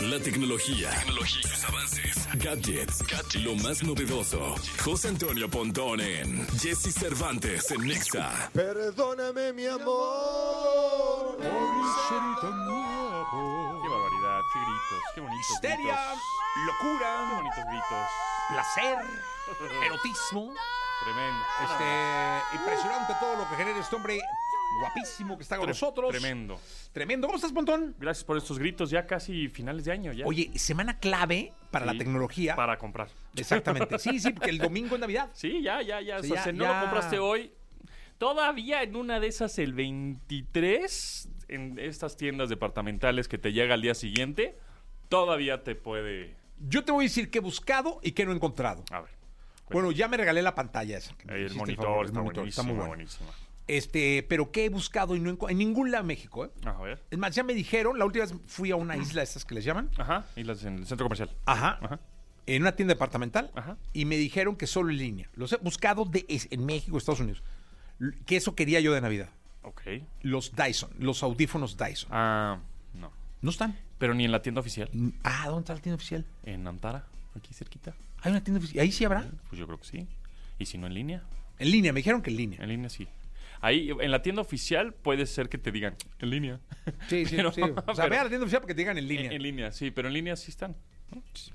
La tecnología. Sus avances. Gadgets. Lo más novedoso. José Antonio Pontón en Jesse Cervantes en Nexa. Perdóname, mi amor. Qué barbaridad, qué gritos, qué bonitos Histeria, gritos. Qué locura, bonitos gritos. placer, erotismo. Tremendo. Este, impresionante todo lo que genera este hombre guapísimo que está con Tre- nosotros. Tremendo. Tremendo. ¿Cómo estás, Pontón? Gracias por estos gritos, ya casi finales de año ya. Oye, semana clave para Sí, la tecnología. Para comprar. Exactamente. Sí, sí, porque el domingo es Navidad. Sí, ya, ya, ya. Sí, o ya, sea, si no ya. lo compraste hoy, todavía en una de esas, el 23, en estas tiendas departamentales que te llega al día siguiente, todavía te puede. Yo te voy a decir qué he buscado y qué no he encontrado. A ver. Bueno, ya me regalé la pantalla esa. que me Ah, pues El hiciste monitor, favor, el está, monitor, buenísimo, muy bueno. buenísimo. Este, pero qué he buscado y no enco- en ningún lado de México, ¿eh? A ver. Es más, ya me dijeron, la última vez fui a una isla, esas que les llaman. Ajá, y las en el centro comercial. Ajá. Mm. Ajá. En una tienda departamental. Ajá. Y me dijeron que solo en línea. Los he buscado de, es- en México, Estados Unidos. L- Que eso quería yo de Navidad. Ok. Los Dyson, los audífonos Dyson. Ah, no. No están. Pero ni en la tienda oficial. N- Ah, ¿dónde está la tienda oficial? En Antara, aquí cerquita. Hay una tienda oficial. Ahí sí habrá. Pues yo creo que sí. Y si no en línea, En línea, me dijeron que en línea. en línea sí. Ahí, en la tienda oficial, puede ser que te digan en línea. Sí, sí, Pero- sí. O sea, pero- ve a la tienda oficial porque te digan en línea. En, en línea, sí, pero en línea sí están.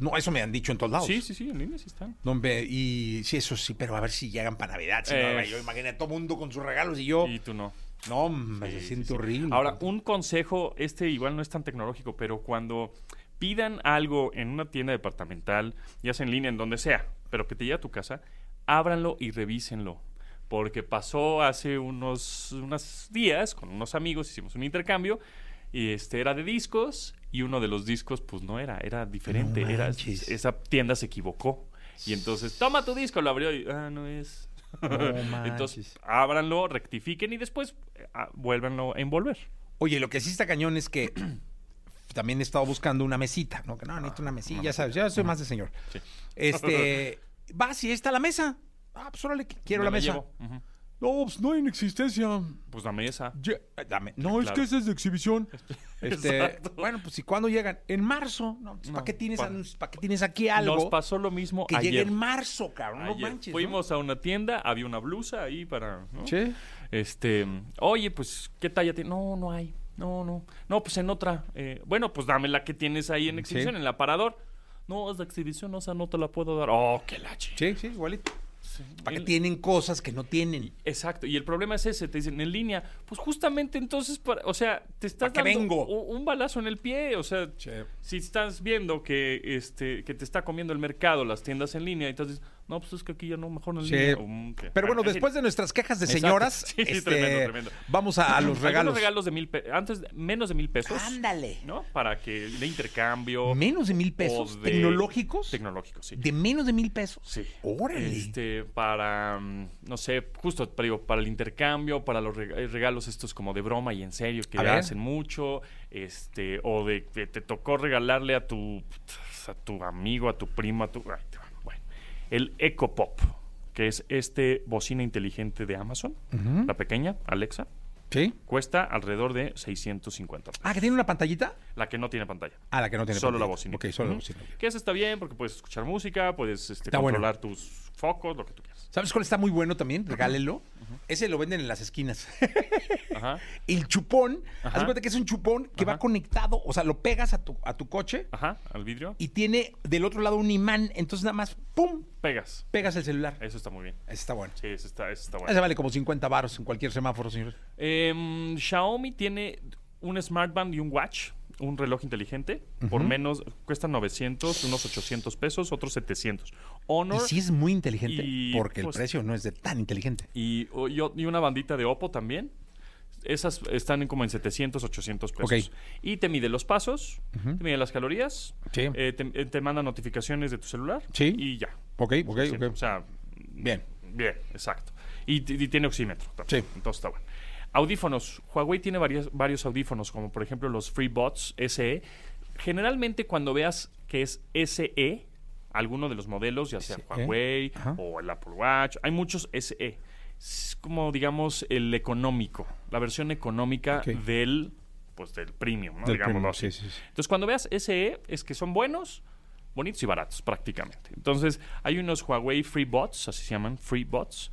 No, eso me han dicho en todos lados. Sí, sí, sí, en línea sí están. No, hombre, y sí, eso sí, pero a ver si llegan para Navidad. Si no, Eh. hombre, yo imaginé a todo mundo con sus regalos y yo. Y tú no. No, hombre, Sí, se sí, siente sí. horrible. Ahora, un consejo, este igual no es tan tecnológico, pero cuando pidan algo en una tienda departamental, ya sea en línea, en donde sea, pero que te llegue a tu casa, ábranlo y revísenlo. Porque pasó hace unos, unos días con unos amigos, hicimos un intercambio, y este era de discos, y uno de los discos, pues no era, era diferente. No era, manches. esa tienda se equivocó. Y entonces, toma tu disco, lo abrió y, ah, no es. No manches. Entonces, ábranlo, rectifiquen y después eh, ah, vuélvanlo a envolver. Oye, lo que sí está cañón es que también he estado buscando una mesita, ¿no? Que no, necesito Ah, una mesilla, ya sabes, ya soy más de señor. Sí. Este, vas y ahí está la mesa. Ah, pues órale, que quiero Me la lo mesa. llevo. Ujú. No, pues no hay en existencia. Pues la mesa. Ya- eh, dame. No, es claro. que esa es de exhibición. Este, Exacto. bueno, pues ¿y cuándo llegan? En marzo. No, pues, ¿para, No, qué tienes, pa- anun- ¿Para qué tienes aquí algo? Nos pasó lo mismo que llegue ayer. en marzo, cabrón. No Ayer. manches. ¿no? Fuimos a una tienda, había una blusa ahí para. ¿no? Sí. Este, oye, pues, ¿qué talla tiene? No, no hay. No, no. No, pues en otra. Eh, bueno, pues dame la que tienes ahí en exhibición, en el aparador. No, es de exhibición, o sea, no te la puedo dar. Oh, qué la chi- Sí, sí, igualito. ¿Para qué El- tienen cosas que no tienen? Exacto, y el problema es ese, te dicen en línea, pues justamente entonces, para, o sea, te estás ¿Para qué dando vengo? u- un balazo en el pie, o sea, si estás viendo que este que te está comiendo el mercado, las tiendas en línea, entonces, no, pues es que aquí ya no, mejor no en Sí. línea. o, mm, que- Pero bueno, en fin. después de nuestras quejas de Exacto. señoras, Sí, sí, este, tremendo, tremendo. vamos a, a los Algunos regalos. regalos de mil pe- antes de- menos de mil pesos. Ándale. ¿No? Para que de intercambio. Menos de mil o pesos. de- Tecnológicos. Tecnológicos, sí. de menos de mil pesos. Sí. Órale. Este, para, mm, no sé, justo para, digo, para el intercambio, para los reg- eh, regalos estos como de broma y en serio que A ver. hacen mucho, este, o de que te tocó regalarle a tu, a tu amigo, a tu primo, a tu... ay, te- Bueno, el EcoPop, que es este bocina inteligente de Amazon, la pequeña, Alexa, Sí. cuesta alrededor de 650 pesos. Ah, que tiene una pantallita. La que no tiene pantalla. Ah, la que no tiene Solo la pantallita. bocina. Ok, solo la Ujú. bocina. Que eso está bien porque puedes escuchar música, puedes este, Está bueno. controlar tus focos, lo que tú quieras. ¿Sabes cuál está muy bueno también? Regálelo. Ese lo venden en las esquinas. Ajá. El chupón. Ajá. Haz de cuenta que es un chupón que va Ajá. Ah. conectado. O sea, lo pegas a tu, a tu coche Ajá, al vidrio. y tiene del otro lado un imán. Entonces nada más, ¡pum! Pegas. Pegas el celular. Ese Eso está muy bien. está bueno. Sí, eso está, eso está bueno. Ese vale como 50 baros en cualquier semáforo, señores. Em, Xiaomi tiene un smartband y un watch, un reloj inteligente, por menos, cuesta 900, unos 800 pesos, otros 700. Honor Y sí es muy inteligente, y, porque pues, el precio no es de tan inteligente. y, o- y o- y una bandita de Oppo también. Esas están en como en 700, 800 pesos. Ok. Y te mide los pasos, te mide las calorías, Sí. eh, te, eh, te manda notificaciones de tu celular Sí. y ya. Ok, ok, Suficiente. O sea, Bien. bien, exacto. Y, t- y tiene oxímetro. Sí. también. Entonces está bueno. Audífonos. Huawei tiene varias- varios audífonos, como por ejemplo los FreeBots SE. Generalmente cuando veas que es SE, alguno de los modelos, ya sea SE. Huawei E, Ajá. o el Apple Watch, hay muchos E. SE. Es como, digamos, el económico, la versión económica Ok. del pues del premium, ¿no? Del premium, digámoslo así. sí, sí, sí. Entonces, cuando veas SE, es que son buenos, bonitos y baratos, prácticamente. Entonces, hay unos Huawei FreeBots, así se llaman, FreeBots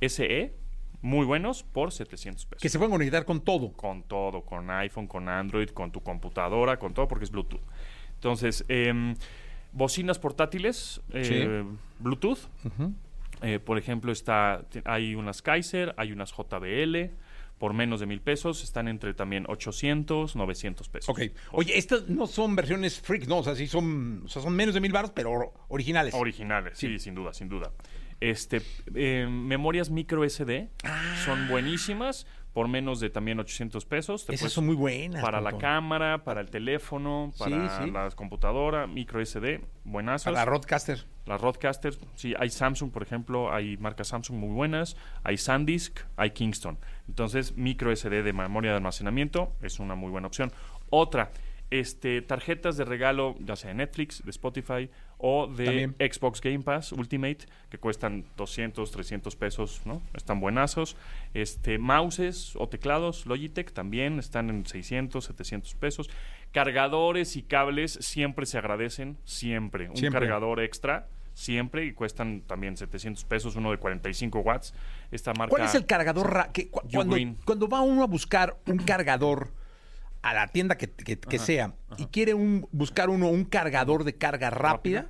SE, E, muy buenos, por 700 pesos. Que se pueden conectar con todo. Con todo, con iPhone, con Android, con tu computadora, con todo, porque es Bluetooth. Entonces, em, bocinas portátiles, eh, Bluetooth. Eh, por ejemplo, está, te- hay unas Kaiser, hay unas JBL, por menos de mil pesos. Están entre también 800, 900 pesos. Ok. Oye, estas no son versiones freak, no, o sea, sí son, o sea, son menos de mil baros, pero or- originales. Originales, sí, sin duda, sin duda. Este, eh, memorias micro SD son buenísimas, por menos de también 800 pesos. Te Ah. Esas puedes- son muy buenas. pues, Para la Pontón. cámara, para el teléfono, para sí. la computadora, micro SD, buenazos. Para la Rodcaster. Las Rodcasters, sí, hay Samsung, por ejemplo, hay marcas Samsung muy buenas, hay SanDisk, hay Kingston. Entonces, micro SD de memoria de almacenamiento es una muy buena opción. Otra, este, tarjetas de regalo, ya sea de Netflix, de Spotify o de También. Xbox Game Pass Ultimate, que cuestan 200, 300 pesos, ¿no? Están buenazos. Este, mouses o teclados Logitech también están en 600, 700 pesos. Cargadores y cables siempre se agradecen, siempre. Un Siempre. cargador cargador extra siempre y cuestan también 700 pesos, uno de 45 watts. Esta marca. ¿Cuál es el cargador? ra- que cu- cuando, Ugreen. cuando va uno a buscar un cargador a la tienda que, que- que sea y quiere un, buscar uno un cargador de carga rápida,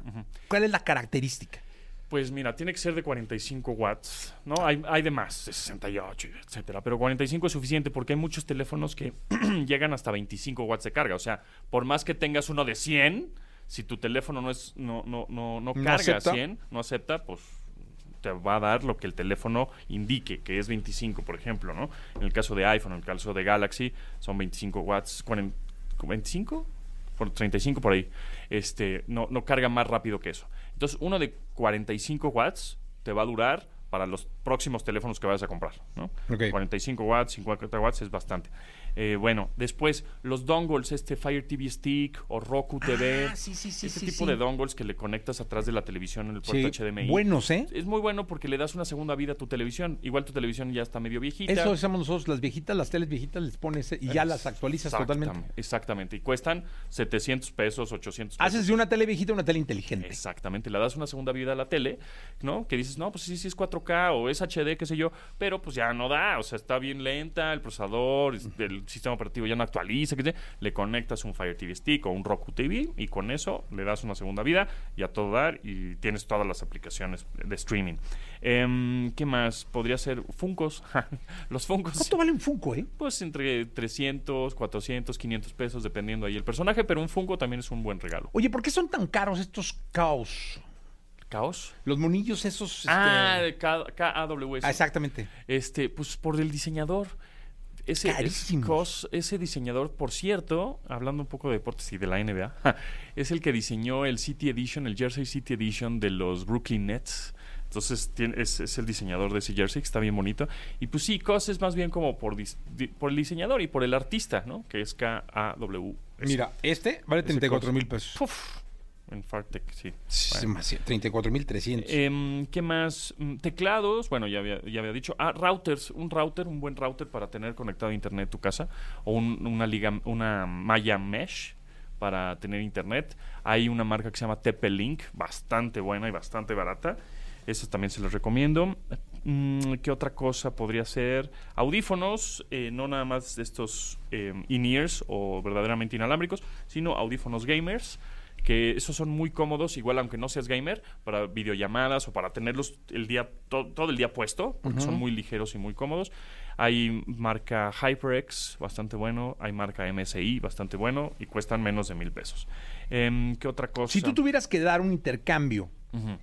¿cuál es la característica? Pues mira, tiene que ser de 45 watts, ¿no? Hay, hay de más, de 68, etcétera. Pero 45 es suficiente porque hay muchos teléfonos que llegan hasta 25 watts de carga. O sea, por más que tengas uno de 100, si tu teléfono no es no no no, no carga acepta. 100, no acepta, pues te va a dar lo que el teléfono indique, que es 25, por ejemplo, ¿no? En el caso de iPhone, en el caso de Galaxy, son 25 watts, 40, ¿25? Por 35 por ahí. Este, no, no carga más rápido que eso. Entonces, uno de 45 watts te va a durar para los próximos teléfonos que vayas a comprar, ¿no? Ok. 45 watts, 50 watts es bastante. Eh, bueno, después los dongles, este Fire TV Stick o Roku TV, Ah, sí, sí, sí, este sí, tipo sí. de dongles que le conectas atrás de la televisión en el puerto HDMI. Buenos, ¿eh? Es muy bueno porque le das una segunda vida a tu televisión. Igual tu televisión ya está medio viejita. Eso hacemos nosotros, las viejitas, las teles viejitas, les pones eh, y ya las actualizas Exactamente, totalmente. Exactamente. Y cuestan 700 pesos, 800 pesos. Haces de una tele viejita una tele inteligente. Exactamente, le das una segunda vida a la tele, ¿no? Que dices, no, pues sí, sí es 4K o es HD, qué sé yo, pero pues ya no da, o sea, está bien lenta, el procesador, es- el sistema operativo ya no actualiza, qué sé, le conectas un Fire TV Stick o un Roku TV y con eso le das una segunda vida y a todo dar y tienes todas las aplicaciones de streaming. Em, ¿Qué más? Podría ser Funcos, los Funcos. ¿Cuánto vale un Funko, eh? Pues entre 300, 400, 500 pesos, dependiendo ahí el personaje, pero un Funko también es un buen regalo. Oye, ¿por qué son tan caros estos caos? ¿Caos? Los monillos esos. este, Ah, de K- KAWS. ah, exactamente. Este, pues por el diseñador. Ese, es- Carísimos. cos- ese diseñador, por cierto, hablando un poco de deportes y de la NBA, ja, es el que diseñó el City Edition, el Jersey City Edition de los Brooklyn Nets. Entonces tiene- es, es el diseñador de ese jersey, que está bien bonito. Y pues sí, Cos es más bien como por, dis- di- por el diseñador y por el artista, ¿no? Que es K-A-W. Mira, este vale Ese 34 mil costo. pesos. Puf, en Fartec, sí. Es Bueno. demasiado, 34 mil 300. Em, ¿Qué más? Mm, Teclados, bueno, ya había, ya había dicho. Ah, routers, un router, un buen router para tener conectado a internet tu casa. O un- una liga, una malla mesh para tener internet. Hay una marca que se llama TP-Link, bastante buena y bastante barata. Eso también se los recomiendo. Mm, ¿Qué otra cosa podría ser? Audífonos, eh, no nada más estos eh, in-ears o verdaderamente inalámbricos, sino audífonos gamers que esos son muy cómodos, igual aunque no seas gamer, para videollamadas o para tenerlos el día to- todo el día puesto, porque son muy ligeros y muy cómodos. Hay marca HyperX, bastante bueno, hay marca MSI, bastante bueno, y cuestan menos de mil pesos. Em, ¿Qué otra cosa? si tú tuvieras que dar un intercambio Ujú.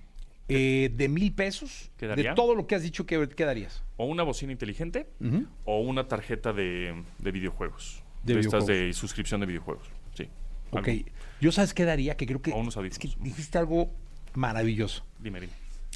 eh, de mil pesos, ¿Quedaría? de todo lo que has dicho, ¿qué, qué darías? O una bocina inteligente Ujú. o una tarjeta de, de videojuegos. De De, estas videojuegos. de suscripción de videojuegos. Sí. Ok. Algo. Yo sabes qué daría, que creo que, O unos es que audífonos. dijiste algo maravilloso. Dime, dime.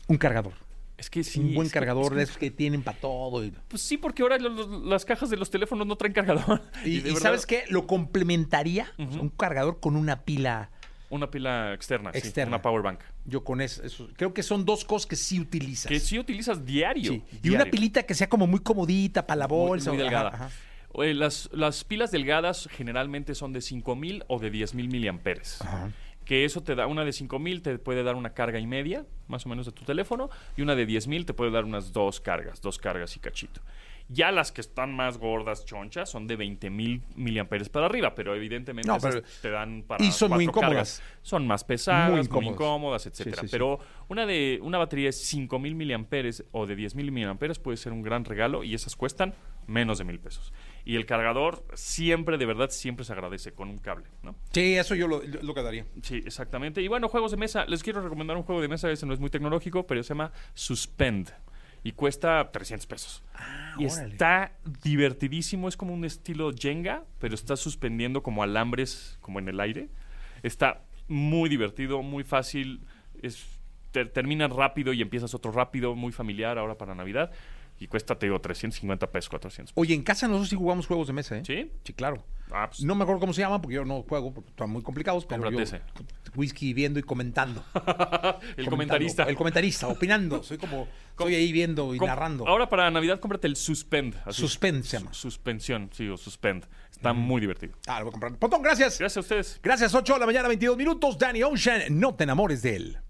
Un cargador. Es que sí. un buen es que- cargador es que- de esos que tienen para todo. Y, Pues sí, porque ahora los- los- las cajas de los teléfonos no traen cargador. y- de y verdad- sabes qué? Lo complementaría o sea, un cargador con una pila. Una pila externa, sí, Externa. una power bank. Yo con eso, eso- Creo que son dos cosas que sí utilizas. Que sí utilizas diario. Sí. Y diario. una pilita que sea como muy comodita para la Muy- bolsa. muy o- delgada. ajá, ajá. eh, las, las pilas delgadas generalmente son de 5.000 o de 10.000 miliamperes. Que eso te da, una de 5.000 te puede dar una carga y media, más o menos, de tu teléfono, y una de 10.000 te puede dar unas dos cargas, dos cargas y cachito. Ya las que están más gordas, chonchas, son de 20.000 miliamperes para arriba, pero evidentemente No, esas pero- te dan para y son muy cuatro incómodas. cargas. Son más pesadas, muy Muy incómodas, incómodas. etcétera. Sí, sí, sí. Pero una de una batería de 5000 miliamperes o de 10000 miliamperes puede ser un gran regalo y esas cuestan menos de mil pesos. Y el cargador siempre, de verdad, siempre se agradece con un cable, ¿no? Sí, eso yo lo, yo lo quedaría. Sí, exactamente. Y bueno, juegos de mesa. Les quiero recomendar un juego de mesa. Ese no es muy tecnológico, pero se llama Suspend. Y cuesta 300 pesos. y Ah, órale. está divertidísimo. Es como un estilo Jenga, pero está suspendiendo como alambres, como en el aire. Está muy divertido, muy fácil. Es, ter- terminas rápido y empiezas otro rápido, muy familiar ahora para Navidad. Y cuesta, te digo, 350 pesos, 400 pesos. Oye, en casa nosotros sí jugamos juegos de mesa, ¿eh? ¿Sí? Sí, claro. Ah, pues, No me acuerdo cómo se llaman porque yo no juego porque están muy complicados. Pero yo, Cómprate whisky viendo y comentando. el comentarista. El comentarista, opinando. Soy como. Estoy ahí viendo y Com- narrando. Ahora para Navidad cómprate el Suspend. así. Suspend se llama. Suspensión, sí, o Suspend. Está muy divertido. Ah, lo voy a comprar. Pontón, gracias. Gracias a ustedes. Gracias, 8 de la mañana, 22 minutos. Danny Ocean, no te enamores de él.